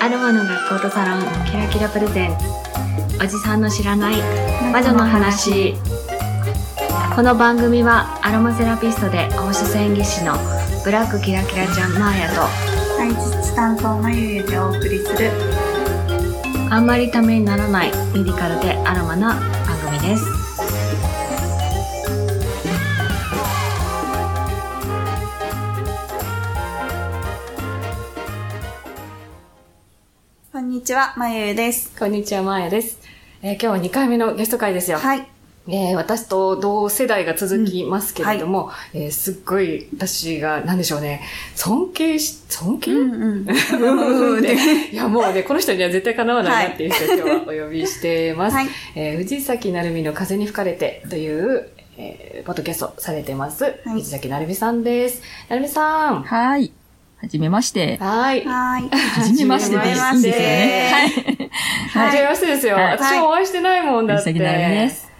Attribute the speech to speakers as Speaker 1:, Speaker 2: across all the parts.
Speaker 1: アルマの学校とサロンキラキラプレゼンツおじさんの知らない魔女の話この番組はアロマセラピストで放射線技師のブラックキラキラちゃんマーヤと
Speaker 2: 大実担当のゆゆでお送りする
Speaker 1: あんまりためにならないメディカルでアロマな番組です
Speaker 2: こんにちはまゆゆです
Speaker 1: こんにちはマーヤです、えー今日は2回目のゲスト会ですよ、
Speaker 2: はい
Speaker 1: えー私と同世代が続きますけれども、えーすっごい私が何でしょうね尊敬し尊敬、
Speaker 2: うん
Speaker 1: う
Speaker 2: うんん
Speaker 1: でいやもうね、この人には絶対かなわないなっていう人を今日はお呼びしてます。
Speaker 2: はい
Speaker 1: えー藤崎なるみの風に吹かれてという、えー、ポッドキャストされてます、藤崎なるみさんです。なるみさん。は
Speaker 3: はい。はじめまして。
Speaker 1: ーい。は
Speaker 2: はーい
Speaker 3: はじめましてでいいんですよね。
Speaker 1: じめましてですよ。
Speaker 3: はい
Speaker 1: 私もお会いしてないもんだって。
Speaker 3: 藤崎なるみです。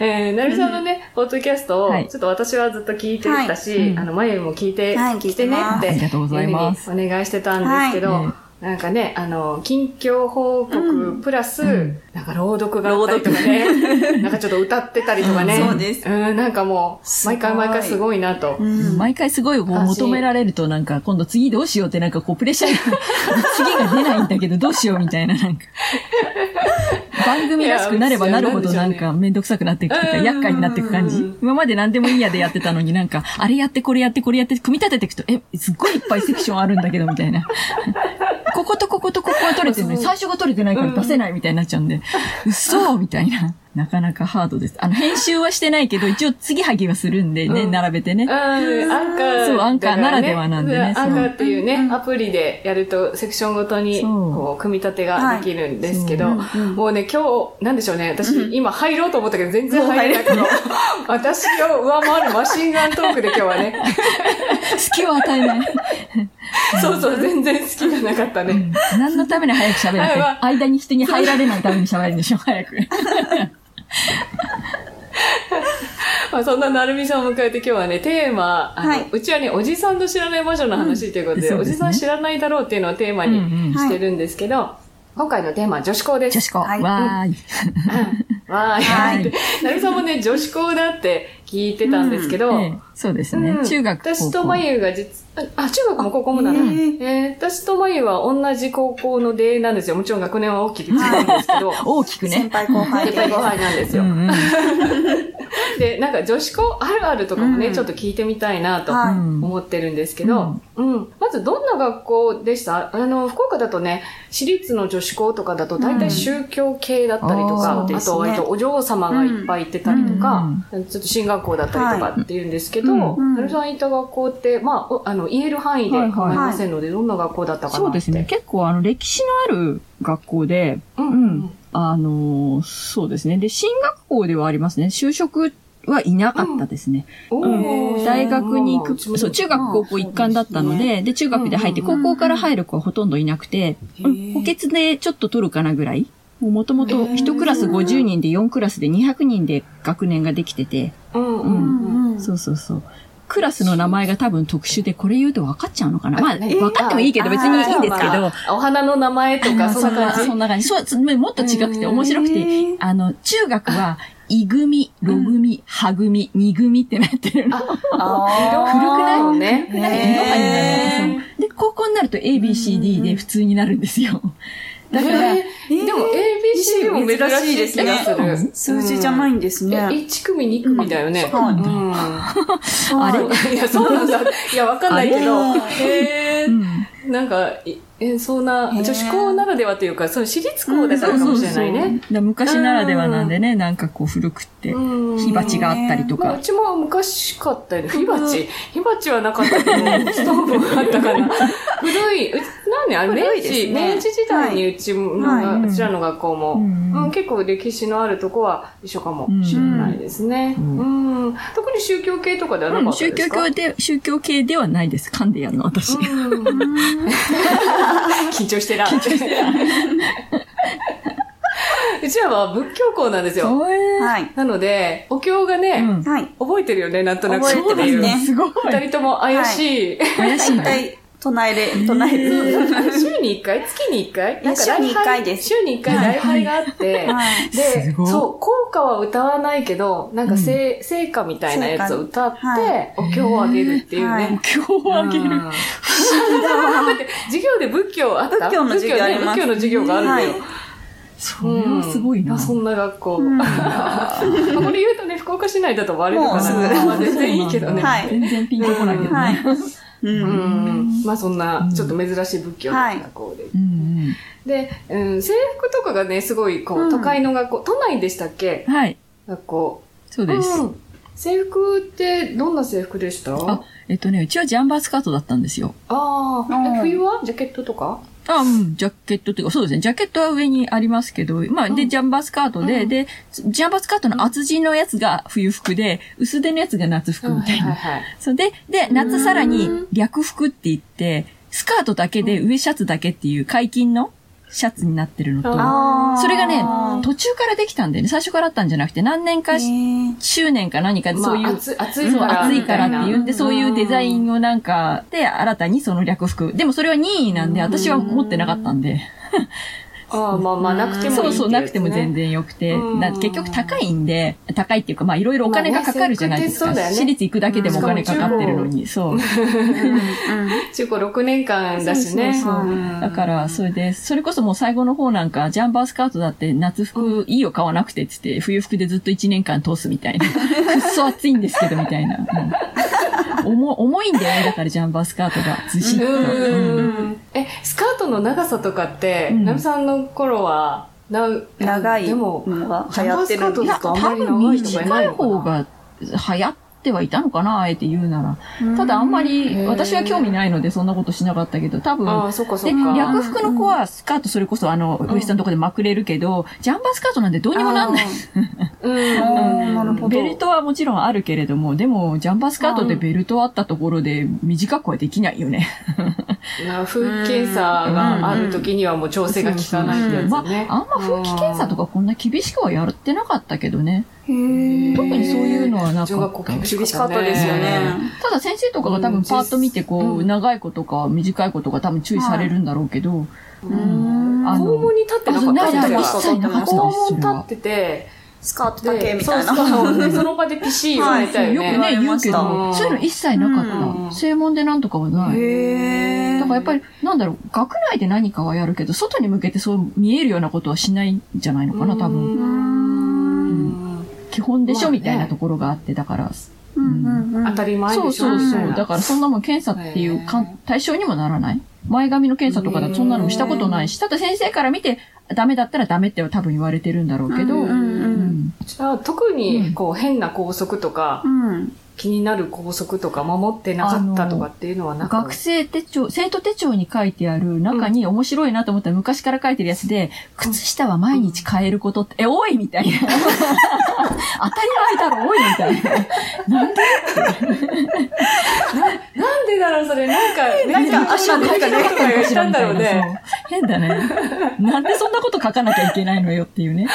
Speaker 1: えー、なるみさんのね、ポッドキャストを、
Speaker 3: はい
Speaker 1: ちょっと私はずっと聞いてたし、
Speaker 3: はいうん
Speaker 1: あの、まゆも聞いて、
Speaker 2: はい
Speaker 1: 来てねっ
Speaker 2: 聞いてます
Speaker 1: て、
Speaker 3: ありがとうございます
Speaker 1: いうふうにお願いしてたんですけど、
Speaker 3: はいね
Speaker 1: なんかね、あの、近況報
Speaker 2: う
Speaker 1: 告プラス、
Speaker 3: うん
Speaker 1: なんか朗読があったりとかね、なんかちょっと歌ってたりとか ね。
Speaker 2: そうです
Speaker 1: うん、なんかもう、
Speaker 2: すご
Speaker 1: 毎
Speaker 2: い
Speaker 1: 回毎回すごいなと。
Speaker 2: うん
Speaker 3: 毎回すごいこう
Speaker 1: 私
Speaker 3: 求められるとなんか今度次どうしようってなんかこうプレッシャーが 次が出ないんだけどどうしようみたいななんか番組らしくなればなるほどなんかめんどくさくなっていくとか
Speaker 1: うん
Speaker 3: 厄介になっていく感じ
Speaker 1: うん
Speaker 3: 今まで何でもいいやでやってたのになんかあれやってこれやってこれやって組み立てていくとえすっごいいっぱいセクションあるんだけどみたいな こことこことここは取れてるのに最初が取れてないから出せないみたいになっちゃうんで嘘みたいななかなかハードですあの編集はしてないけど一応継ぎはぎはするんでね
Speaker 1: うん
Speaker 3: 並べてね
Speaker 1: うん、アンカー、
Speaker 3: そうアンカーならではなんでね
Speaker 1: アンカーっていう
Speaker 2: そう
Speaker 1: ね
Speaker 2: う、ん
Speaker 1: アプリでやるとセクションごとに、
Speaker 3: そう
Speaker 1: こう、組み立てができるんですけど、
Speaker 2: はいそううんうん
Speaker 1: もうね、今日、なんでしょうね、私、今入ろうと思ったけど、全然入れないけど、 私を上回るマシンガントークで今日はね、
Speaker 3: 隙を与えない。
Speaker 1: そうそう、全然好きじゃなかったね。
Speaker 3: 何のために早く喋るっ
Speaker 1: はい
Speaker 3: て
Speaker 1: ま。あ
Speaker 3: 間に人に入られないために喋るんでしょ、早く。
Speaker 1: まあ、そんななるみさんを迎えて今日はね、テーマ、あの、
Speaker 2: はいう
Speaker 1: ちはね、おじさんと知らない魔女の話ということで、
Speaker 3: うん
Speaker 1: おじさ
Speaker 3: そ
Speaker 1: ん
Speaker 3: うです
Speaker 1: 知らないだろうっていうのをテーマに
Speaker 3: うんうん
Speaker 1: してるんですけど、今回のテーマは女子校です。
Speaker 3: 女子校。
Speaker 2: はい
Speaker 3: わーい。
Speaker 1: わーい。
Speaker 3: はい
Speaker 1: なるさんもね、女子校だって聞いてたんですけど、
Speaker 3: ええそうです
Speaker 1: うん
Speaker 3: ね。中学
Speaker 1: 私とまゆが実、あ、中学も高校もなの。
Speaker 2: あ
Speaker 1: え
Speaker 2: へー
Speaker 1: ー私とまゆは同じ高校の出なんですよ。もちろん学年は大きく違うんですけど、
Speaker 3: 大きく
Speaker 2: 先
Speaker 3: ね。
Speaker 2: 輩後輩
Speaker 1: 先輩後輩なんです
Speaker 3: う
Speaker 1: よ。
Speaker 3: んうん
Speaker 1: で、なんか女子校あるあるとかもね、
Speaker 2: うん
Speaker 1: ちょっと聞いてみたいなと
Speaker 2: はい
Speaker 3: うん
Speaker 1: 思ってるんですけど、うん、まずどんな学校でしたあの、福岡だとね、私立の女子校とかだと大
Speaker 2: う
Speaker 1: 体
Speaker 2: ん
Speaker 1: 宗教系だったりとか、
Speaker 3: あー
Speaker 1: あと割とお嬢様がいっぱい行ってたりとか、ちょっと進学校だったりとかっていうんですけ
Speaker 2: うん
Speaker 3: はい
Speaker 1: ど、なるさん行った学校って、まあお、あの、言える範囲で
Speaker 3: はいはい
Speaker 1: 構いませんので、どんな学校だったかなって。
Speaker 3: そうですね。。結構あの、歴史のある学校で、
Speaker 1: うん。
Speaker 3: うんあのー、そうですね。で、進学校ではありますね。就職はいなかったですね。
Speaker 1: おー
Speaker 2: うん
Speaker 3: 大学に行
Speaker 1: まあまあ
Speaker 3: く、
Speaker 1: うちも
Speaker 3: そう、中学高校一貫だったの
Speaker 2: そうで
Speaker 3: で、で、中学で入って、
Speaker 2: うんうんう
Speaker 3: 高
Speaker 2: ん
Speaker 3: 校から入る子はほとんどいなくて、うん補欠でちょっと取るかなぐらい。もともと1クラス50人で4クラスで200人で学年ができてて、
Speaker 1: うんう
Speaker 2: うん
Speaker 1: う
Speaker 2: ん
Speaker 1: ん。
Speaker 2: うん
Speaker 3: そうそうそう。クラスの名前が多分特殊で、これ言うと分かっちゃうのかなまあ、
Speaker 1: え
Speaker 3: 分かってもいいけど別にいいんですけ
Speaker 1: あーま
Speaker 3: ど、
Speaker 1: あお花の名前とか、そ
Speaker 3: そ
Speaker 1: んなん
Speaker 3: な
Speaker 1: 感じ
Speaker 3: そん。な感じ。そうつ、もっと違くて面白く
Speaker 2: え
Speaker 3: て
Speaker 2: ー、
Speaker 3: あの、中学は、い組、ろ組、は組、に組ってなってるの。
Speaker 2: あー
Speaker 3: 黒くない
Speaker 1: そうね。
Speaker 3: なんか色がいいんだよね。そうで、高校になると ABCD で普通になるんですよ。だから、
Speaker 1: えーでも ABC も珍しいですね。
Speaker 2: ね数字じゃない
Speaker 1: い。
Speaker 2: んです
Speaker 1: え、
Speaker 2: ね
Speaker 1: 1組2組だよね。
Speaker 2: うんそう
Speaker 1: うん
Speaker 3: あれ
Speaker 1: いや、そうなんだ。いや、わかんないけど。へ
Speaker 3: う
Speaker 1: ー
Speaker 3: ん
Speaker 1: なんか、いえ、そんな、
Speaker 2: へー
Speaker 1: 女子校ならではというか、その私立校だからかもしれない
Speaker 3: そうそうそう
Speaker 1: ね。
Speaker 3: だから昔ならではなんでね、なんかこう古くって、
Speaker 1: うん
Speaker 3: 火鉢があったりと
Speaker 1: まあ、
Speaker 3: か
Speaker 1: う。ちも昔かったよね。火鉢。火鉢はなかったけど、ストーブがあったか な。古い、うち、何年あれ、
Speaker 2: 古いで
Speaker 1: 明
Speaker 2: す
Speaker 1: 治、
Speaker 2: ね
Speaker 1: 明治時代にうちも、
Speaker 2: はい
Speaker 1: なんか
Speaker 3: はいう
Speaker 1: ちらの学校も、
Speaker 3: うん
Speaker 1: うん結構歴史のあるとこは一緒かもしれないですね。う
Speaker 3: うんん
Speaker 1: うん特に宗教系とかではな
Speaker 3: う
Speaker 1: か
Speaker 3: ん、
Speaker 1: った
Speaker 3: 宗
Speaker 1: です
Speaker 3: 教
Speaker 1: か、
Speaker 3: 教で、宗教系ではないです。噛んでやるの、私。
Speaker 1: うん
Speaker 2: うん
Speaker 1: 緊張してな。緊張してうちらは仏教校なんですよ。
Speaker 3: そういう
Speaker 2: はい
Speaker 1: なので、お経が
Speaker 3: う
Speaker 1: ね、
Speaker 3: ん。
Speaker 2: はい
Speaker 1: 覚えてるよね、なんとなく。
Speaker 2: 覚えてますね
Speaker 3: すごい。
Speaker 1: 二人とも怪しい。
Speaker 3: 怪し
Speaker 2: 大
Speaker 3: いね。
Speaker 2: 体唱えれ、唱える。
Speaker 1: 週に1回月に1回
Speaker 2: いや週に一回
Speaker 1: 礼拝
Speaker 2: です
Speaker 1: 週に1回礼拝があ って、
Speaker 2: はい。
Speaker 1: で、
Speaker 3: すごい
Speaker 1: そう、効果は歌わないけど、なんかせ、聖歌みたいなやつを歌って、
Speaker 2: 聖歌は
Speaker 1: お経をあげるっていう
Speaker 2: は
Speaker 1: ね
Speaker 2: い。
Speaker 3: 今日あげる。
Speaker 1: うんだ って、授業で仏教あった
Speaker 2: 仏教の授業あります
Speaker 1: 仏教ね仏教の授業があるんだよ。
Speaker 3: それはすごいな。
Speaker 1: うんそんな学校。
Speaker 2: ん
Speaker 1: ま あこれ言うとね、福岡市内だとバレるか
Speaker 2: もうすぐ
Speaker 1: な。まあ全然いいけどね。
Speaker 2: はい
Speaker 3: 全然ピンとこないけどね。
Speaker 2: はい。う。
Speaker 1: うんん。まあそんな、ちょっと珍しい仏教の学校で。
Speaker 3: うん
Speaker 1: で、うん、制服とかがね、すごい、こ
Speaker 2: う
Speaker 1: う、
Speaker 2: ん
Speaker 1: 都会の学校、都内でしたっけ
Speaker 3: うん。はい。
Speaker 1: 学校。
Speaker 3: そうです。
Speaker 1: うん制服ってどんな制服でした
Speaker 3: あ、えっとね、うちはジャンバースカートだったんですよ。
Speaker 1: あ
Speaker 2: う
Speaker 1: ー
Speaker 2: ん
Speaker 1: え冬はジャケットとか
Speaker 3: あ、うん、ジャケットっていうか、そうですね。ジャケットは上にありますけど、まあ、
Speaker 1: う
Speaker 3: で、
Speaker 1: ん
Speaker 3: ジャンバースカートで、
Speaker 1: うん
Speaker 3: で、ジャンバースカートの厚地のやつが冬服で、薄手のやつが夏服みたいな。
Speaker 1: はい。
Speaker 3: そうで、で、夏さらに
Speaker 1: うん
Speaker 3: 略服って言って、スカートだけで上シャツだけっていう解禁のシャツになってるのと、
Speaker 1: あ
Speaker 2: ー
Speaker 3: それがね
Speaker 2: あ
Speaker 3: 途中からできたんだよね。最初からあったんじゃなくて、何年か
Speaker 2: ーね
Speaker 3: 周年か何かで
Speaker 1: まあ
Speaker 3: そういう、
Speaker 1: 暑い暑い
Speaker 3: そう
Speaker 1: から。
Speaker 3: 暑いからっていうんで、そういうデザイ
Speaker 1: ン。
Speaker 3: ンをなんか、で、新たにその略服。でもそれは任意なんで、
Speaker 1: うん
Speaker 3: 私は持ってなかったんで。
Speaker 1: ああ、まあまあ、なくてもいいって
Speaker 3: そ
Speaker 1: いうやつね。
Speaker 3: そう、なくても全然よくて。
Speaker 1: うん
Speaker 3: だ結局高いんで、高いっていうか、まあいろいろお金がかかるじゃないですか。
Speaker 1: まあね制服ってそうだよね
Speaker 3: 私立行くだけでもお金かかってるのに、そう。
Speaker 1: 中高6年間だしね。
Speaker 3: そうそうそうだから、それで、それこそもう最後の方なんか、ジャンバースカートだって夏服いいよ買わなくてって言って、冬服でずっと1年間通すみ たいな。くっそ暑いんですけど、みたいな。うん 重重いんだよね、だからジャンバースカートが。ずしっと。うん
Speaker 1: ん。え、スカートの長さとかって、
Speaker 3: うん
Speaker 1: ナミさんの頃は、な
Speaker 2: 長い
Speaker 1: でも、
Speaker 2: のが流行ってるん
Speaker 1: ジ
Speaker 2: で
Speaker 1: ャンパースカート
Speaker 3: い
Speaker 1: だ
Speaker 2: す
Speaker 3: や、
Speaker 1: ちょっと
Speaker 3: 多
Speaker 1: あんまり
Speaker 3: 分
Speaker 1: 長い人がい
Speaker 3: 短
Speaker 1: ない
Speaker 3: い
Speaker 1: のかな
Speaker 3: 方が流行ってはいたのかな、あえて言うなら。ただあんま
Speaker 1: へ
Speaker 3: り、
Speaker 1: ー
Speaker 3: 私は興味ないのでそんなことしなかったけど、多
Speaker 1: あ
Speaker 3: 分、
Speaker 1: あ、そっかそっ
Speaker 3: で、
Speaker 1: か。
Speaker 3: 略服の子はスカートそれこそあの、
Speaker 1: ん
Speaker 3: ウエストのとこでまくれるけど、ジャンバースカートなんてどうにもなんない。
Speaker 1: うん。
Speaker 2: ーなるほど
Speaker 3: ベルトはもちろんあるけれども、でも、ジャンバースカートでベルトあったところで短くはできないよね。
Speaker 1: な風景差がある時にはもう調整が効かないってやつ
Speaker 3: ま
Speaker 1: ね。
Speaker 3: あ、あんま風紀検査と
Speaker 1: か
Speaker 3: かこんな厳しくはやってなかったけどね。
Speaker 2: へー
Speaker 3: 特にそういうのはなかった
Speaker 1: 中学校厳
Speaker 2: 厳しかったですよね。
Speaker 3: ただ先生とかが多分パーッと見て、こ
Speaker 1: う
Speaker 3: う、
Speaker 1: ん
Speaker 3: 長い子とか短い子とか多分注意されるんだろうけど、
Speaker 2: うん
Speaker 3: あ
Speaker 1: 肛
Speaker 3: の
Speaker 1: 門に立ってなかった
Speaker 3: あ
Speaker 2: そうないない
Speaker 1: 立って
Speaker 3: 一切なかった
Speaker 1: 肛門立ってて、
Speaker 2: スカート
Speaker 1: で
Speaker 2: 丈みたい
Speaker 1: そ
Speaker 2: な
Speaker 1: う。そうでその場でピシー言われたよ
Speaker 3: よく
Speaker 1: ね。
Speaker 3: ね、言うけ
Speaker 1: う
Speaker 3: ど、
Speaker 1: ん
Speaker 3: そういうの一切なか
Speaker 1: う
Speaker 3: っ
Speaker 1: ん
Speaker 3: た。正門でなんとかはない。
Speaker 2: へー
Speaker 3: だからやっぱり、なんだろう、学内で何かはやるけど、外に向けてそう見えるようなことはしないんじゃないのかな、多分。
Speaker 1: 分。
Speaker 3: 基本でし
Speaker 1: まあ
Speaker 3: ょ
Speaker 1: ね
Speaker 3: みたいなところがあって、だから。そ
Speaker 2: うんうんうん
Speaker 1: 当たり前でしょ
Speaker 3: うそう
Speaker 1: みた
Speaker 3: そ。
Speaker 1: いうな
Speaker 3: だからそんなもん検査っていうか
Speaker 1: ね
Speaker 3: ん対象にもならない。前髪の検査とかだとそんなのもしたことないし、ただ先生から見て、ダメだったらダメっては多分言われてるんだろうけど、
Speaker 2: う
Speaker 3: うん
Speaker 2: うん
Speaker 3: ん
Speaker 1: じゃあ特にこう変な校則とか、
Speaker 2: うん。
Speaker 1: 気になる校則とか守ってなかったとかっていうのはなかっ
Speaker 3: 学生手帳、生徒手帳に書いてある中に面白いなと思ったら昔から書いてるやつで、靴下は毎日変えることって、え、多いみたいな。当たり前だろ、多いみたいな。
Speaker 1: た。なんでだろうそれ、 なんか、
Speaker 2: なんか
Speaker 1: 足を
Speaker 2: 変
Speaker 1: 変え
Speaker 2: え
Speaker 1: た
Speaker 2: た
Speaker 1: 人がしたんだろう
Speaker 3: そう
Speaker 1: ね。。
Speaker 3: 変だね。なんでそんなこと書かなきゃいけないのよっていうね。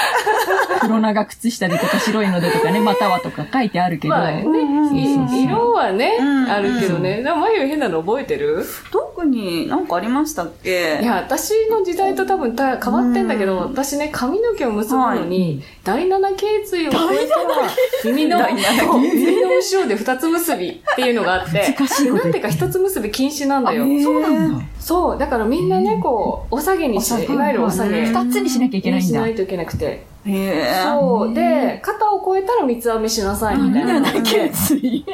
Speaker 3: 黒長靴下でとか白いのでとかね、またはとか書いてあるけど。
Speaker 1: まあね、
Speaker 3: そうそう
Speaker 1: い色はね、
Speaker 2: うん
Speaker 1: あるけどね。でも眉毛変なの覚えてる
Speaker 2: 特になんかありましたっけ
Speaker 1: いや、私の時代と多分た変わってんだけど、
Speaker 2: うん
Speaker 1: 私ね、髪の毛を結ぶのに、第7頸椎を超えたら、耳の、
Speaker 2: 第七
Speaker 1: そう耳の後ろで二つ結びっていうのがあって、
Speaker 3: 難しいこと言って
Speaker 1: なんでか一つ結び禁止なんだよ。
Speaker 2: そうなんだ。
Speaker 1: そう、だからみんなね、こう、お下げにして、いわゆるお下げ。
Speaker 3: 二つにしなきゃいけないん
Speaker 1: し
Speaker 3: だ
Speaker 1: な。いといけなくて。
Speaker 2: へえ。
Speaker 1: そう。で、肩を超えたら三つ編みしなさい、みたいな。
Speaker 3: 第7頸椎。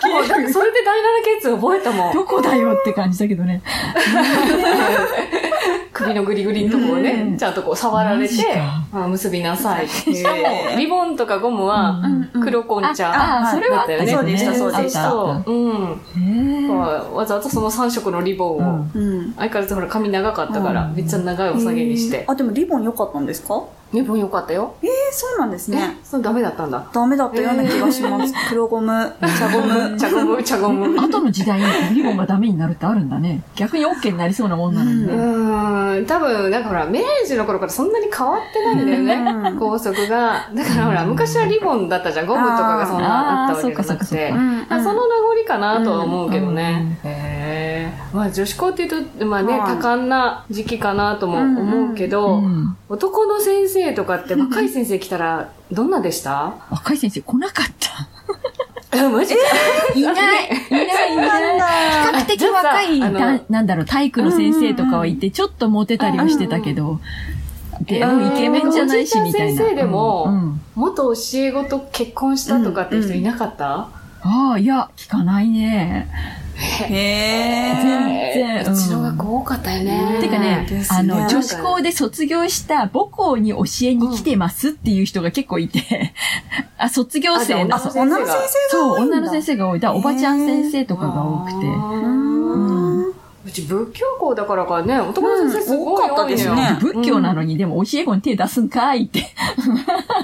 Speaker 1: そうだってそれで第7頸椎覚えたもん。
Speaker 3: どこだよって感じだけどね。
Speaker 1: 首のグリグリのとこを
Speaker 3: う
Speaker 1: ね
Speaker 3: ん、
Speaker 1: ちゃんとこう触られて
Speaker 3: マジか、
Speaker 1: まあ、結びなさいっていう。し
Speaker 2: へ
Speaker 1: か
Speaker 2: ー
Speaker 1: も、リボンとかゴムは、黒こんちゃん。
Speaker 3: ああ、それはあったよね。
Speaker 2: そうでしたそう
Speaker 3: あ
Speaker 2: で
Speaker 3: っ
Speaker 2: した
Speaker 3: あ
Speaker 1: そ
Speaker 3: っ
Speaker 1: う。うん。
Speaker 3: た。へえ
Speaker 1: わざわざその3色のリ
Speaker 3: う
Speaker 1: ボンを
Speaker 3: ん。
Speaker 2: うん。
Speaker 1: 相変わらずほら髪長かったから、
Speaker 3: うん
Speaker 1: めっちゃ長いお下げにして。
Speaker 2: あ、でもリボン良かったんですか
Speaker 1: リボン良かったよ。
Speaker 2: ええ、そうなんですね。
Speaker 1: そのダメだったんだ。
Speaker 2: ダメだったような気がします。黒ゴム、茶ゴム。
Speaker 1: 茶ゴム、茶ゴム。 う
Speaker 3: 後の時代にリボンがダメになるってあるんだね。逆に OK になりそうなもんなのにね。
Speaker 1: ーん、多分、なんかほら、明治の頃からそんなに変わってないんだよね。
Speaker 2: うん
Speaker 1: 高速が。だからほら、昔はリボンだったじゃん。ゴムとかがそんなあったわけじゃなくて。
Speaker 2: ん
Speaker 1: あその名残かなとは思うけどね。へね。まあ女子校っていうと、まあね、
Speaker 2: はい
Speaker 1: 多感な時期かなとも思うけど、
Speaker 3: うん
Speaker 1: 男の先生とかって若い先生来たら、どんなでした
Speaker 3: 若い先生来なかった。
Speaker 1: え、マジ
Speaker 3: いない。いない、い
Speaker 2: なん
Speaker 3: ない。比
Speaker 2: だ。
Speaker 3: 較的若い、
Speaker 1: あじゃああの
Speaker 3: たなんだろう、体育の先生とかはいて、ちょっとモテたりはしてたけど、で、
Speaker 1: うん
Speaker 3: もうイケメンじゃないし、
Speaker 1: うん
Speaker 3: みたいな。
Speaker 1: おじいちゃん先生でも
Speaker 3: うんうん
Speaker 1: 元教え子と結婚したとかって人いなかった、
Speaker 3: ああ、いや、聞かないね。
Speaker 2: へえ。
Speaker 3: 全然。
Speaker 1: うちの
Speaker 3: うん
Speaker 1: 学校多かったよね。
Speaker 3: てかね
Speaker 2: で、すね
Speaker 3: あの、
Speaker 2: なん
Speaker 1: か
Speaker 3: 女子校で卒業した母校に教えに来てますっていう人が結構いて、あ、卒業生の
Speaker 2: あ、、そう女の先生が
Speaker 3: そ
Speaker 2: 多い
Speaker 3: う、
Speaker 2: んだ。
Speaker 3: 女の先生が多い。だからおばちゃん先生とかが多くて。
Speaker 2: う
Speaker 1: うん
Speaker 2: ーん。
Speaker 1: うち仏教校だからかね、男の先生すごい
Speaker 2: うん多かった
Speaker 1: 多い
Speaker 2: で
Speaker 1: の
Speaker 2: す
Speaker 1: よ。
Speaker 2: ね
Speaker 3: 仏教なのに、でも教え子に手出すんかいって。
Speaker 1: い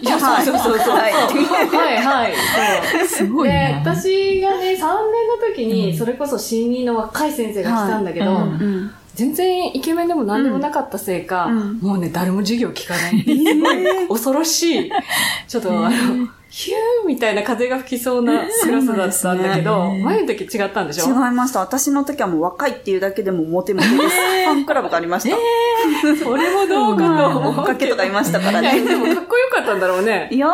Speaker 1: や、そうそうそうそう。
Speaker 2: はい
Speaker 1: はい、はい。そう
Speaker 3: すごい
Speaker 1: で
Speaker 3: ね。
Speaker 1: 私がね3年の時
Speaker 3: う
Speaker 1: に
Speaker 3: ん
Speaker 1: それこそ新任の若い先生が来たんだけど、
Speaker 3: はいうん
Speaker 2: うん。
Speaker 1: 全然イケメンでも何でもなかったせいか、
Speaker 2: うんうん
Speaker 1: もうね誰も授業聞かな い恐ろしいちょっとあのヒューみたいな風が吹きそうなクラスだったんだけ
Speaker 3: そう
Speaker 1: ど、
Speaker 3: なんですね
Speaker 1: 前の時違ったんでしょ
Speaker 2: 違いました。私の時はもう若いっていうだけでもモテモテです。ファンクラブがありました。
Speaker 1: それもどうかと
Speaker 2: 追
Speaker 1: 思
Speaker 2: っ
Speaker 1: う
Speaker 2: かけとかいましたから
Speaker 1: いや
Speaker 2: ね。
Speaker 1: でもかっこよかったんだろう ね
Speaker 2: いや、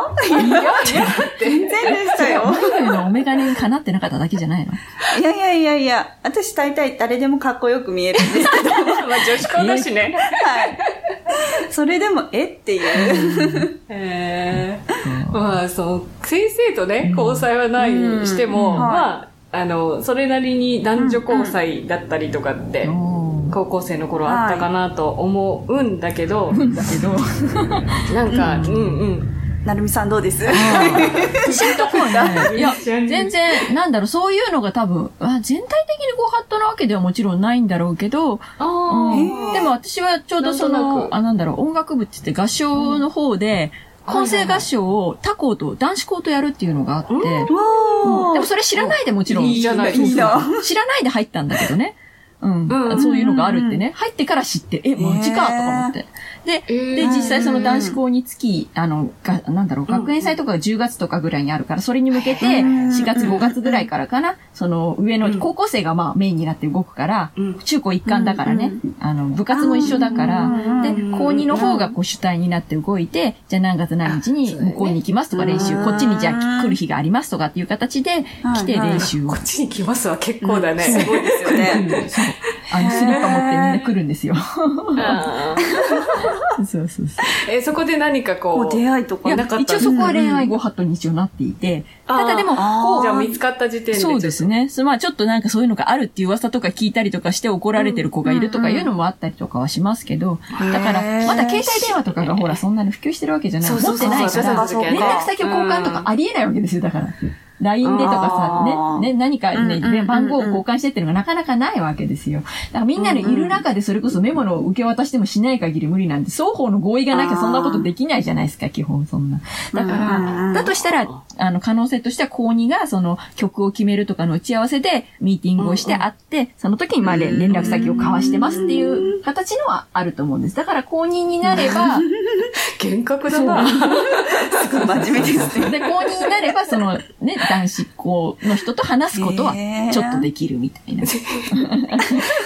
Speaker 2: 全然でしたよ。
Speaker 3: マイルのお眼鏡にかなってなかっただけじゃないの
Speaker 2: いやいやいやいや、私大体誰でもかっこよく見えるんですけど、
Speaker 1: まあ女子校だしね
Speaker 2: はい。それでも、えっていう。
Speaker 1: ええまあ、その、先生とね、交際はないにしても、
Speaker 2: うん
Speaker 1: まあ、あの、それなりに男女交際だったりとかって、
Speaker 3: おー
Speaker 1: 高校生の頃あったかなと思うんだけど、
Speaker 3: だけど、
Speaker 1: なんか、うんうん。
Speaker 2: なるみさんどうです
Speaker 3: いや、全然、なんだろう、そういうのが多分、あ全体的にご法度なわけではもちろんないんだろうけど、
Speaker 1: あ
Speaker 3: でも私はちょうどそ
Speaker 1: なんとな
Speaker 3: の、
Speaker 1: く
Speaker 3: あ、なんだろう、音楽部って言って合唱の方で、
Speaker 1: うん
Speaker 3: 混成合唱を他校と、男子校とやるっていうのがあって、
Speaker 2: お
Speaker 3: でもそれ知らないでもちろん。
Speaker 1: いいじゃない
Speaker 3: そうそう
Speaker 2: いいな
Speaker 3: 知らないで入ったんだけどね。うん。
Speaker 1: うん
Speaker 3: そういうのがあるってね。入ってから知って、え、マジかと
Speaker 2: へー
Speaker 3: か思って。で、
Speaker 1: えー
Speaker 3: で、実際その男子校につき、あの、が、なんだろう、学園祭とかが10月とかぐらいにあるから、それに向けて、
Speaker 2: うん
Speaker 3: 4月5月ぐらいからかな、その上
Speaker 1: う
Speaker 3: の
Speaker 1: ん
Speaker 3: 高校生がまあメインになって動くから、
Speaker 1: うん
Speaker 3: 中高一貫だからね、あの、部活も一緒だから、
Speaker 2: うん
Speaker 3: で、
Speaker 1: うん
Speaker 3: 高2の方がこう主体になって動いて、じゃあ何月何日に向こうに行きますとか練習、
Speaker 2: うん
Speaker 3: こっちにじゃあ来る日がありますとかっていう形で、来て練習を
Speaker 1: こ。っちに来ますは結構だね。
Speaker 2: すごいですよね。
Speaker 3: そうあの、スリッパ持ってみんな来るんですよ。
Speaker 1: あ
Speaker 3: そうそうそう。
Speaker 1: ーえ、そこで何か
Speaker 2: お
Speaker 1: こう、
Speaker 2: 出会いと
Speaker 3: い
Speaker 2: か
Speaker 3: や
Speaker 1: なかった、
Speaker 3: 一応そこは恋愛ご法度に一応なっていて、
Speaker 1: あー
Speaker 3: ただでも、
Speaker 2: あー
Speaker 3: こう
Speaker 1: じゃあ見つかった時点で。
Speaker 3: そうですね。そうまあちょっとなんかそういうのがあるっていう噂とか聞いたりとかして怒られてる子がいるとかいうのもあったりとかはしますけど、だから、まだ携帯電話とかがほらそんなに普及してるわけじゃない。
Speaker 1: そう
Speaker 3: 持
Speaker 1: そ
Speaker 3: っ
Speaker 1: う
Speaker 3: て
Speaker 1: そう
Speaker 3: ないか
Speaker 1: そう
Speaker 3: ら、
Speaker 1: そうそう
Speaker 3: 連絡先を交換とかありえないわけですよ、だから。LINE でとか
Speaker 2: あ
Speaker 3: さ、
Speaker 2: ー
Speaker 3: ね、ね、何かね、
Speaker 2: うんうんうんうん
Speaker 3: 番号を交換してっていうのがなかなかないわけですよ。だからみんなのいる中でそれこそメモの受け渡してもしない限り無理なんで、双方の合意がなきゃそんなことできないじゃないですか、基本そんな。
Speaker 2: う
Speaker 3: だか
Speaker 2: んうんう
Speaker 3: ら、
Speaker 2: ん
Speaker 3: だとしたら、あの、可能性としては、高二が、その、曲を決めるとかの打ち合わせで、ミーティングをして会って、その時に、まあ、れ連絡先を交わしてますっていう形のはあると思うんです。だから、高二になれば、
Speaker 1: 幻覚だな。
Speaker 2: 真面目ですね。
Speaker 3: で、高2になれば、その、ね、男子校の人と話すことは
Speaker 2: へ、ー
Speaker 3: ちょっとできるみた いな。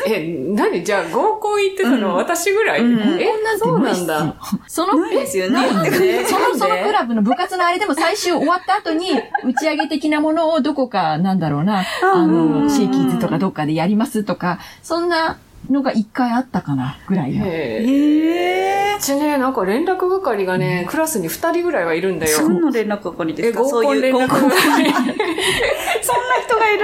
Speaker 1: え、何じゃあ合コン行ってたの私ぐらい
Speaker 2: うん
Speaker 1: え、そうなんだ。
Speaker 3: そ の
Speaker 2: な、いですよね。
Speaker 3: その、そのク
Speaker 1: らい
Speaker 3: ラブの部活のあれでも最終終わった後に、打ち上げ的なものをどこか、なんだろうな、あの、シェイキーズとかどっかでやりますとか、そんなのが一回あったかな、ぐらいの。
Speaker 1: へえ
Speaker 2: へえ
Speaker 1: う。ちね、なんか連絡係がね、クラスに2人ぐらいはいるんだよ。
Speaker 2: 何の連絡係で
Speaker 1: え、
Speaker 2: すか
Speaker 1: 合
Speaker 2: そ
Speaker 1: コ
Speaker 2: う
Speaker 1: ン
Speaker 2: いう
Speaker 1: 連
Speaker 2: 合
Speaker 1: 絡
Speaker 2: コン。
Speaker 1: 係。
Speaker 2: そんな人が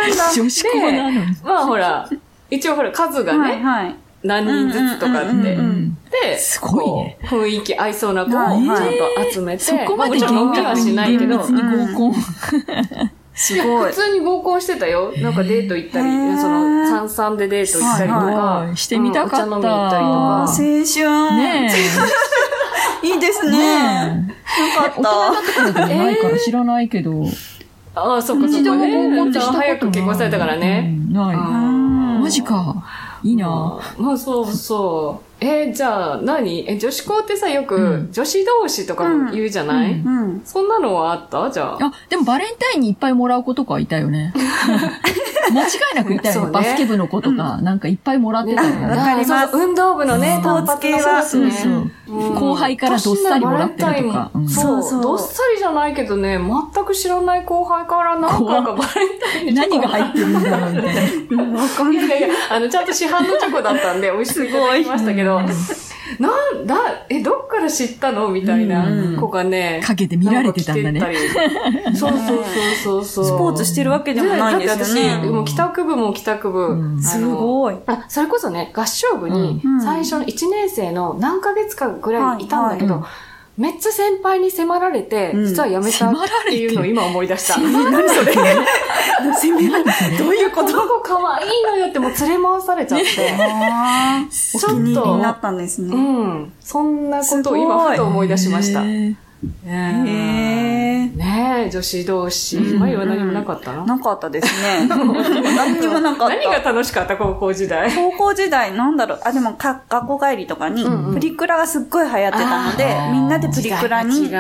Speaker 2: いるんだ。
Speaker 3: 女子校なのに。
Speaker 1: まあほら、一応ほら、数がね、
Speaker 2: はいはい。
Speaker 1: 何人ずつとか
Speaker 2: うんう
Speaker 1: っ
Speaker 2: ん
Speaker 1: て
Speaker 2: う。ん
Speaker 1: で、
Speaker 3: すごいね
Speaker 1: こう雰囲気合いそうな子をちゃ
Speaker 2: は
Speaker 1: ん
Speaker 2: い
Speaker 1: と
Speaker 2: はい
Speaker 1: 集めて、
Speaker 3: そこまで
Speaker 1: まあもちろん飲みはしないけど、
Speaker 3: 厳密に合コン。
Speaker 2: すごい
Speaker 1: 普。通に合コンしてたよ。なんかデート行ったり、
Speaker 2: へー
Speaker 1: その、三々でデート行ったりと
Speaker 3: は
Speaker 1: か
Speaker 3: い、はいしてみたかった
Speaker 1: うんお茶飲み行った
Speaker 2: あ
Speaker 1: りとか
Speaker 2: 青。春。
Speaker 3: ね
Speaker 2: いいです
Speaker 3: え。
Speaker 2: ね。
Speaker 3: ね
Speaker 2: よか
Speaker 3: え。大人だ
Speaker 2: っ
Speaker 3: ったことがないから知らないけど。
Speaker 1: ああ、そっかそっ
Speaker 3: 一
Speaker 1: か
Speaker 3: 度も合コンってしたことない。
Speaker 1: 早く結婚されたからね。
Speaker 3: うん。ない。
Speaker 1: あー
Speaker 3: マジか。いいな。
Speaker 1: まあそうそう。えーじゃあ何え、女子校ってさ、よく女子同士とかも言うじゃない、
Speaker 3: うん
Speaker 2: た。うん。
Speaker 1: そんなのはあったじゃあ。
Speaker 3: あ、でもバレンタインにいっぱいもらう子とかいたよね。間違いなくいたよ
Speaker 1: そ
Speaker 3: ね。
Speaker 1: うね
Speaker 3: バスケ部の子とか、なんかいっぱいもらってた
Speaker 2: わ
Speaker 3: よ
Speaker 2: か
Speaker 3: ね。
Speaker 2: ります
Speaker 1: そうそう運動部のね、
Speaker 3: スポ
Speaker 1: 単
Speaker 2: ーツ
Speaker 1: 発
Speaker 2: 系
Speaker 1: の
Speaker 2: は
Speaker 1: そ
Speaker 3: そ
Speaker 1: う
Speaker 3: う
Speaker 1: で
Speaker 3: そ
Speaker 1: す
Speaker 3: う
Speaker 1: ね。。
Speaker 3: 後輩からどっさりもらってるとかうん
Speaker 1: そう
Speaker 2: そうそう
Speaker 1: どっさりじゃないけどね、全く知らない後輩から何回かバレンタインで
Speaker 3: 何が入ってるんだろうみたいな。
Speaker 2: うんわかん
Speaker 1: い
Speaker 2: ない。
Speaker 1: やいやいや、あの、ちゃんと市販のチョコだったんで、美味しくいただきましたけ
Speaker 3: う
Speaker 1: ど、
Speaker 3: ん
Speaker 1: なんだ、え、どっから知ったのみたいな子がね、
Speaker 3: 陰で見られてたんだね
Speaker 1: なんか来てたり。そうそうそうそうそ う。
Speaker 2: スポーツしてるわけでもないんですよ
Speaker 1: だって私、
Speaker 2: ね。
Speaker 1: もう帰宅部も帰宅部。
Speaker 3: うん
Speaker 1: あの
Speaker 2: すごい。
Speaker 1: あそれこそね、合唱部に
Speaker 2: うん
Speaker 1: 最初の1年生の何ヶ月かぐらいいたんだけど、
Speaker 3: はい
Speaker 1: めっちゃ先輩に迫られて、
Speaker 2: うん
Speaker 1: 実は辞めたっていうのを今思い出した。
Speaker 2: 何そ れどういうこ
Speaker 1: ことの子可愛いのよってもう連れ回されちゃって。
Speaker 2: あー
Speaker 1: ち
Speaker 2: お気に
Speaker 1: ょっ
Speaker 2: 入りにな
Speaker 1: と、
Speaker 2: ったんです
Speaker 1: う
Speaker 2: ね。
Speaker 1: ん。そんなことを今ふと思い出しました。
Speaker 3: へ
Speaker 1: ね
Speaker 3: ー
Speaker 1: え
Speaker 2: へー。
Speaker 1: ねえ女子同士。
Speaker 3: うん
Speaker 1: 前は何もなかったな。
Speaker 2: なかったですね。何にもなかっ
Speaker 1: 何が
Speaker 2: た。
Speaker 1: 楽しかった高校時代。
Speaker 2: 高校時代、なんだろう。あ、でもか、学校帰りとかに
Speaker 1: うんうん、
Speaker 2: プリクラがすっごい流行ってたの
Speaker 3: あ
Speaker 2: で、
Speaker 3: ー
Speaker 2: みんなでプリクラに取り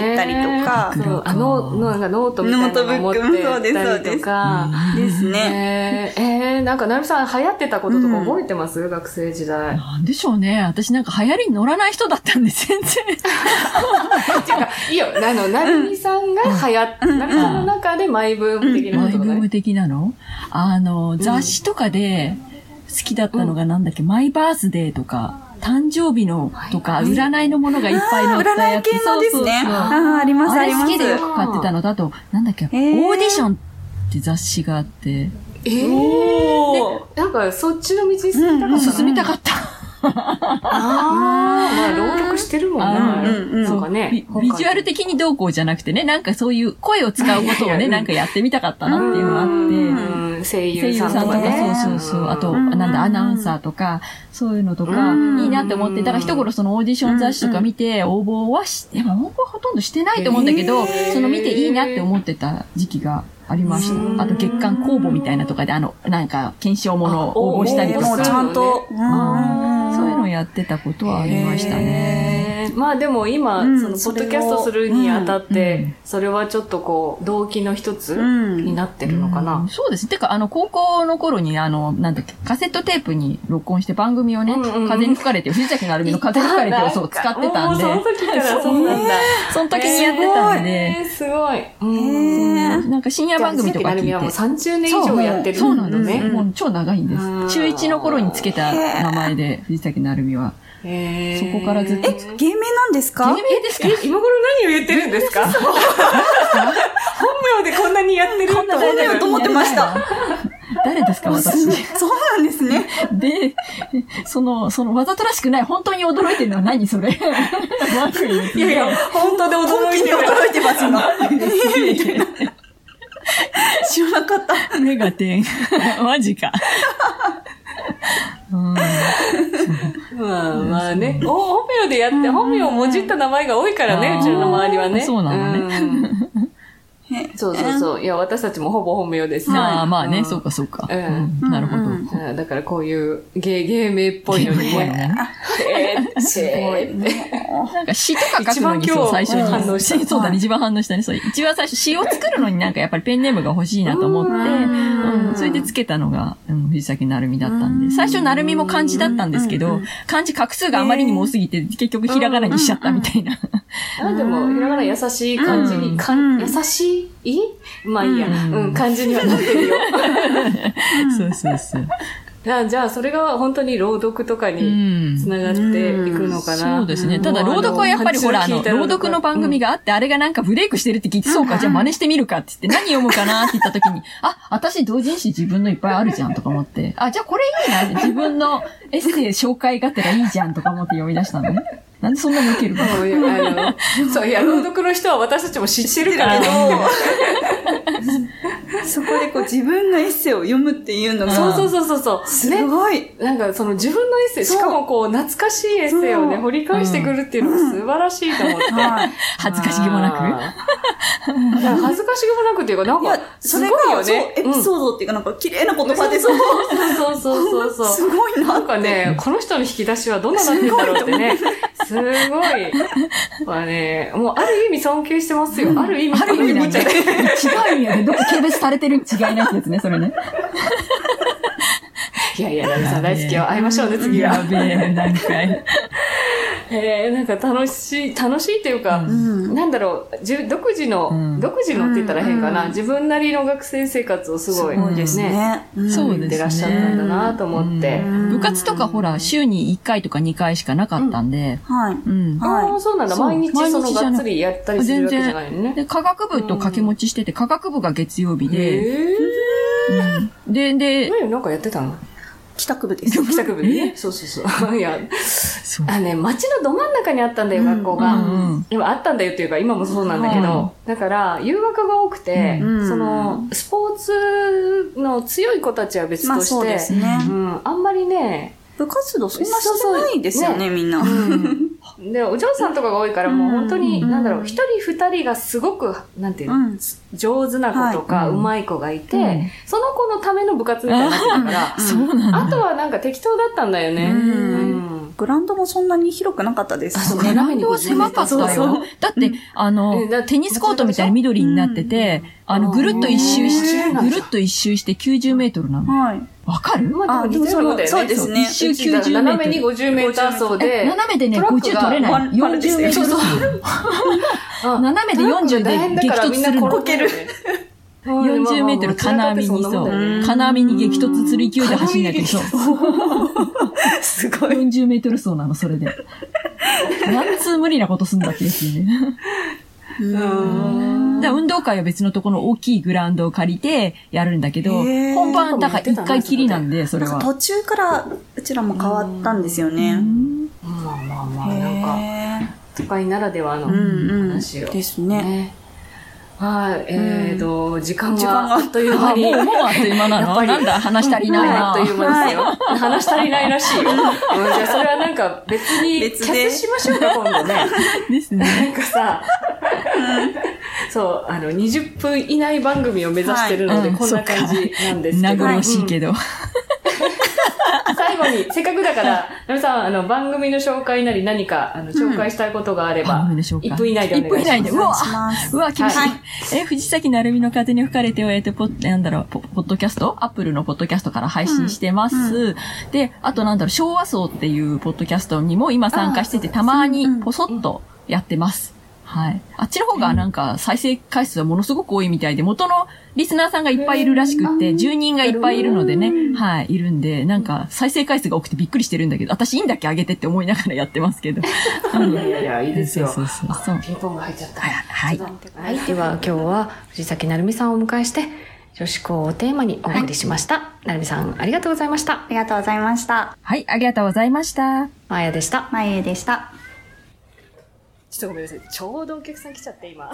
Speaker 2: 行ったりとか
Speaker 1: 時代が違うね、そうあの、のなんかノートみたいなのを持って行ったりとか。
Speaker 2: ですね。
Speaker 1: えー、えー、なんか、なるみさん流行ってたこととか覚えてます、学生時代。
Speaker 3: なんでしょうね。私なんか流行りに乗らない人だったんで、全然。
Speaker 1: っていうか、いいよ、あの、なるみさんが流行って、なるみさんの中でマイブーム的な
Speaker 3: マ
Speaker 1: こ
Speaker 3: イ
Speaker 1: と
Speaker 3: ブ
Speaker 1: が
Speaker 3: ー
Speaker 1: ね。
Speaker 3: ム的なのあの、雑誌とかで好きだったのがなんだっけ、マイバースデーとか、誕生日のとか、占いのものがいっぱい
Speaker 2: あ
Speaker 3: 載
Speaker 2: ー
Speaker 3: った
Speaker 2: 占
Speaker 3: や
Speaker 2: い
Speaker 3: つ。
Speaker 2: 系のですね。
Speaker 3: そうそうそう
Speaker 2: あーあります、
Speaker 3: あ
Speaker 2: あ
Speaker 3: れ
Speaker 2: りま
Speaker 3: 好
Speaker 2: す。
Speaker 3: きでよく買ってたのだと、なんだっけ、オー
Speaker 2: ー
Speaker 3: ディションって雑誌があって、
Speaker 1: えー、
Speaker 2: おー
Speaker 1: なんか、そっちの道に進みたかったな。
Speaker 3: 進みたかった。
Speaker 1: ああ、まあ、朗読してるもんな。
Speaker 3: うん
Speaker 2: うんうん
Speaker 1: そうかね
Speaker 3: ビ。ビジュアル的にどうこうじゃなくてね、なんかそういう声を使うことをね、なんかやってみたかったなっていうのがあ
Speaker 1: う
Speaker 3: って、
Speaker 1: ん、声
Speaker 3: 声優
Speaker 1: 優
Speaker 3: さ
Speaker 1: さ
Speaker 3: ん
Speaker 1: ん
Speaker 3: と
Speaker 1: と
Speaker 3: か
Speaker 1: かね。
Speaker 3: そうそうそう、あと、
Speaker 2: うん
Speaker 3: なんだ、アナウンサーとか、そういうのとか、
Speaker 2: うん
Speaker 3: いいなって思って、だから一頃そのオーディション雑誌とか見て、応募はし、でも応募はほとんどしてないと思うんだけど、
Speaker 1: へー
Speaker 3: その見ていいなって思ってた時期が、ありまし
Speaker 1: うん
Speaker 3: た。あと月刊公募みたいなとかで、あの、なんか、検証ものを応募したりと
Speaker 2: も
Speaker 3: か
Speaker 2: うち、ゃんと。うんうんうん
Speaker 3: そういうのやってたことはありましたね。
Speaker 1: へーまあでも今、
Speaker 2: うん
Speaker 1: そのポ
Speaker 2: そ
Speaker 1: ッ
Speaker 2: れを
Speaker 1: ドキャストするにあたっ
Speaker 3: う
Speaker 1: て
Speaker 3: ん、
Speaker 1: それはちょっとこう、動機の一つ
Speaker 2: うん
Speaker 1: になってるのか
Speaker 3: うん
Speaker 1: な。
Speaker 3: そうです。てか、あの、高校の頃に、あの、なんだっけ、カセットテープに録音して番組をね、
Speaker 1: うんうんうん
Speaker 3: 風に吹かれて、藤崎のアルミの風に吹かれてをそう使ってたんで、
Speaker 1: もうその時からそうなんだ。
Speaker 3: その時にやってたんで、
Speaker 1: えーすごい。
Speaker 2: へー
Speaker 3: なんか深夜番組とか聞
Speaker 1: じゃあ藤崎成美はもう
Speaker 3: いて。
Speaker 1: 30年以上やってる
Speaker 3: そうなんです。
Speaker 1: ね。
Speaker 3: もう超長いんです
Speaker 1: うん。
Speaker 3: 中1の頃につけた名前で、藤崎のアルミは。
Speaker 1: へ
Speaker 3: そ
Speaker 1: ー
Speaker 3: こからずっと。
Speaker 1: え
Speaker 2: 芸名なんですか
Speaker 3: 芸名ですか
Speaker 1: 今頃何を言ってるんですか 本名でこんなにやってると思って
Speaker 2: 名だと思ってました。
Speaker 3: 誰ですか、私
Speaker 2: そう。なんですね。
Speaker 3: で、その、その、わざとらしくない、本当に驚いてるのは何それ。ワンフレーズ
Speaker 1: いやい や、本当で驚
Speaker 2: 本
Speaker 1: い
Speaker 2: 気
Speaker 1: て
Speaker 2: に
Speaker 1: る。
Speaker 2: 驚いてます、今。えーみたいな知らなかった。
Speaker 3: 目が点。 マジ か。うん、
Speaker 1: まあまあね。お本名でやって、本名をもじった名前が多いから
Speaker 3: あ
Speaker 1: ね
Speaker 3: ー、
Speaker 1: うちの周りはね。
Speaker 3: そうなの
Speaker 1: ね。そうそうそう。いや、私たちもほぼ本名ですね。
Speaker 3: まあまあね、
Speaker 1: うん
Speaker 3: そうかそうか。
Speaker 1: うん
Speaker 3: うんなるほど。
Speaker 2: うんう
Speaker 1: うんだからこういう芸、芸名っぽいのにね。えー
Speaker 2: すごい。も
Speaker 3: なんか詩とか書くのに
Speaker 1: 一
Speaker 3: そ
Speaker 1: 番今
Speaker 3: う
Speaker 1: 日
Speaker 3: 最初に。
Speaker 1: 反応した
Speaker 3: 詩 そうだ
Speaker 2: は
Speaker 3: ね、
Speaker 2: い
Speaker 3: 一番反応したね。そう一番最初、詩を作るのになんかやっぱりペンネームが欲しいなと思って、
Speaker 2: うん
Speaker 3: うんそれでつけたのが、うん、藤崎なるみだったんで。最初なるみも漢字だったんですけ
Speaker 2: うんう
Speaker 3: ど
Speaker 2: ん、
Speaker 3: 漢字画数があまりにも多すぎて、結局ひらがなにしちゃったみたいな。
Speaker 1: あでも、ひらがな優しい感じ
Speaker 3: うん
Speaker 1: に、か
Speaker 2: うん
Speaker 1: ん優しいまあいいや。
Speaker 3: うん
Speaker 1: うん、感じにはなってるよ。
Speaker 3: そうそうそう。
Speaker 1: あじゃあ、それが本当に朗読とか
Speaker 3: う
Speaker 1: に
Speaker 3: ん
Speaker 1: つながっていくのかな。
Speaker 3: そうですね。ただ、朗読はやっぱりほら、あの、朗読の番組
Speaker 1: が。
Speaker 3: があって、あれがなんかブレイクしてるって聞いて、そうか、じゃあ真似してみるかって言って、何読むかなって言った時に、 あ、私同人誌自分のいっぱいあるじゃんとか思って、あ、じゃあこれいいなって自分のエッセイ紹介がてらいいじゃんとか思って読み出したのね。なんでそんなに受けるの
Speaker 1: そういうあ のそういや、朗読の人は私たちも知ってるからね。
Speaker 2: うそこでこう自分のエッセイを読むっていうのが、
Speaker 1: そうそうそうそうそう。
Speaker 2: す
Speaker 1: ね。
Speaker 2: ごい。
Speaker 1: なんかその自分のエッセイ、
Speaker 2: そう
Speaker 1: しかもこう懐かしいエッセイをね、
Speaker 2: そう
Speaker 1: 掘り返してくるっていうのが素晴らしいと思って。
Speaker 2: はい。
Speaker 3: 恥ずかしげもな
Speaker 1: く。いや恥ずかしげもなくっていうか、ないん
Speaker 2: や
Speaker 1: か、、
Speaker 2: そ
Speaker 1: す
Speaker 2: れ
Speaker 1: ご
Speaker 2: が、
Speaker 1: いよね。
Speaker 2: そうエピ
Speaker 1: ー
Speaker 2: ソードっていうか、なんか綺麗な言葉で、
Speaker 1: そうそうそうそうそう。
Speaker 2: すごいなっ
Speaker 1: なん
Speaker 2: て。
Speaker 1: かね、この人の引き出しはどんななってんだろうってね。 すごい。まあね、もうある意味尊敬してますよ。ある意味
Speaker 3: ある意味
Speaker 1: な
Speaker 3: なんんだ。違う意味やね。どっか軽蔑されてる違いなくですね、それね。
Speaker 1: いやいや、ナミさん大好きよ。会いましょうね、次
Speaker 3: や
Speaker 1: は。
Speaker 3: べえ、何回。
Speaker 1: えー、なんか楽しい、楽しいっていうか、
Speaker 2: うん。
Speaker 1: なんだろう、じゅ独自の、
Speaker 3: うん
Speaker 1: 独自のって言ったら変かな、
Speaker 2: うん
Speaker 1: 自分なりの学生生活をすごい、
Speaker 3: すごい
Speaker 2: ですね。ん
Speaker 3: そう
Speaker 1: や
Speaker 3: です
Speaker 1: ってらっしゃったんだなと思って。
Speaker 3: うん
Speaker 2: うん
Speaker 3: 部活とかほら、週に1回とか2回しかなかったんで、
Speaker 2: はい。
Speaker 3: うん。
Speaker 2: はい
Speaker 1: ああ、そうなんだ。
Speaker 3: そう
Speaker 1: 毎日
Speaker 3: 毎日
Speaker 1: その
Speaker 3: じゃ
Speaker 1: が
Speaker 3: ない
Speaker 1: っつりやったりするわけじゃないのね。
Speaker 3: で、科学部と掛け持ちしてて、科学部が月曜日で、
Speaker 1: え
Speaker 3: うんで、
Speaker 1: え
Speaker 3: で、
Speaker 1: 何なんかやってたの
Speaker 2: 帰宅部です。
Speaker 1: 帰宅部でね。そうそう そう。いや、
Speaker 3: そう。
Speaker 1: あのね、街のど真ん中にあったんだよ、
Speaker 2: うん
Speaker 1: 学校が。
Speaker 3: うんうん
Speaker 1: 今あったんだよっていうか、今もそうなんだけど。だから、誘惑が多くて、
Speaker 2: うん
Speaker 1: その、スポーツの強い子たちは別
Speaker 2: まあ
Speaker 1: として、
Speaker 2: そうですね。
Speaker 1: うん、あんまりね、
Speaker 2: 部活動そんなしてないですよね、みんな。
Speaker 1: で、お嬢さんとかが多いから、もう本当に、
Speaker 2: うん
Speaker 1: なんだろう、一人二人がすごく、なんていうの、
Speaker 2: うん
Speaker 1: 上手な子と
Speaker 3: は
Speaker 1: か、
Speaker 3: いううん
Speaker 1: まい子がいて、
Speaker 3: うん
Speaker 1: その子のための部活みたいになってたから、
Speaker 3: そうなんだ。
Speaker 1: あとはなんか適当だったんだよね。
Speaker 2: うん
Speaker 1: うん
Speaker 2: グラウンドもそんなに広くなかったですし
Speaker 1: あそう
Speaker 2: ね。
Speaker 1: か
Speaker 3: ラウンドは狭かった
Speaker 1: そうそ
Speaker 3: よ。だって、あ
Speaker 1: う
Speaker 3: の
Speaker 1: んだ、
Speaker 3: テニスコートみたいに緑になってて、あの、ぐるっと一周
Speaker 1: へ
Speaker 3: し、
Speaker 1: ー
Speaker 3: ぐるっと一周して90メートルなの。
Speaker 2: はい。
Speaker 3: わかる
Speaker 1: まあでも似たようなもんだよね。
Speaker 2: あでもそのそうですね
Speaker 1: 一周90メートル斜めに50メーター走
Speaker 3: え
Speaker 1: で。
Speaker 3: 斜めでね、
Speaker 1: トラック
Speaker 3: 50
Speaker 1: が
Speaker 3: 取れない。
Speaker 2: ままるですよ
Speaker 3: 40メ
Speaker 2: ね
Speaker 3: ートル。
Speaker 1: うん
Speaker 3: 斜めで40で激突するの。40メートル金網にそう。金網に激突する勢いで走んなきゃいけない。そう。
Speaker 2: すごい。
Speaker 3: 40メートル走なの、それで。なんつう無理なことすんだってですよね。だから運動会は別のところの大きいグラウンドを借りてやるんだけど、
Speaker 2: へー
Speaker 3: 本番だから一回きりなんで、それ
Speaker 2: なんか
Speaker 3: は。
Speaker 2: 途中からうちらも変わったんですよ
Speaker 3: う
Speaker 2: ね。
Speaker 3: ん
Speaker 1: まあまあまあ、なんか、
Speaker 2: へ
Speaker 1: 都会ならでは
Speaker 2: ーう
Speaker 1: の
Speaker 2: んうん。
Speaker 1: 話を。
Speaker 2: ですね。
Speaker 1: ね。はい、えーと、時間
Speaker 2: 時間
Speaker 1: が
Speaker 2: が
Speaker 1: あっという間
Speaker 3: あ、も
Speaker 1: に。
Speaker 3: う、もうあっという間なのなんだ、話足りない
Speaker 1: あ
Speaker 3: な。
Speaker 1: っという間ですよ。 話足りないらしいよ。うんじゃあそれはなんか別に、キ
Speaker 2: 別
Speaker 1: ャ
Speaker 2: で
Speaker 1: スしましょうか、今度 ね。
Speaker 3: ですね。
Speaker 1: なんかさ、そう、あの、20分以内番組を目指してるので、
Speaker 3: はいうん
Speaker 1: こんな感じなんです
Speaker 3: 名
Speaker 1: けど、
Speaker 3: 残惜しいけど。
Speaker 1: うん最後に、せっかくだ から、なみさん、あの、番組の紹介なり何か、あの、紹介したいことがあれば、
Speaker 3: 番組の紹介
Speaker 1: 1分以内でお願いし
Speaker 3: 一
Speaker 1: ます。
Speaker 3: 分以内で
Speaker 2: お
Speaker 3: うわ
Speaker 2: 願いします。
Speaker 3: うわ、厳しい。
Speaker 1: はい
Speaker 3: え、藤崎なるみの風に吹かれてを、えっと、ポッ、なんだろう、ポポッドキャストアップルのポッドキャストから配信してます。
Speaker 2: う
Speaker 3: で、あとなんだろう、昭和層っていうポッドキャストにも今参加してて、たまに
Speaker 2: うん
Speaker 3: ポソッとやってます。はい。あっちの方がなんか再生回数はものすごく多いみたいで、元のリスナーさんがいっぱいいるらしくって、10人がいっぱいいるのでね、はい、いるんで、なんか再生回数が多くてびっくりしてるんだけど、私いいんだっけ上げてって思いながらやってますけど。
Speaker 1: いやいやいや、いいですよ。
Speaker 3: そうそうそうそう
Speaker 1: あピンポンが入っちゃった。
Speaker 3: はい。
Speaker 1: はい、では今日は藤崎なるみさんをお迎えして、女子校をテーマにお送りしました。なるみさん、ありがとうございました
Speaker 2: あ。りがとうございました。
Speaker 3: はい、ありがとうございました。
Speaker 1: まやでした。
Speaker 2: まゆゆでした。
Speaker 1: ちょっとごめんなさい。ちょうどお客さん来ちゃって、今。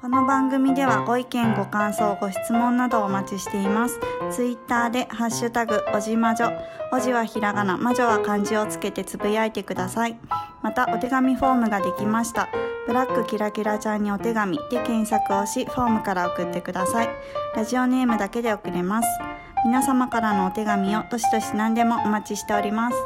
Speaker 2: この番組ではご意見ご感想ご質問などをお待ちしていますツイッターでハッシュタグおじまじょおじはひらがなまじょは漢字をつけてつぶやいてくださいまたお手紙フォームができましたブラックキラキラちゃんにお手紙で検索をしフォームから送ってくださいラジオネームだけで送れます皆様からのお手紙をどしどし何でもお待ちしております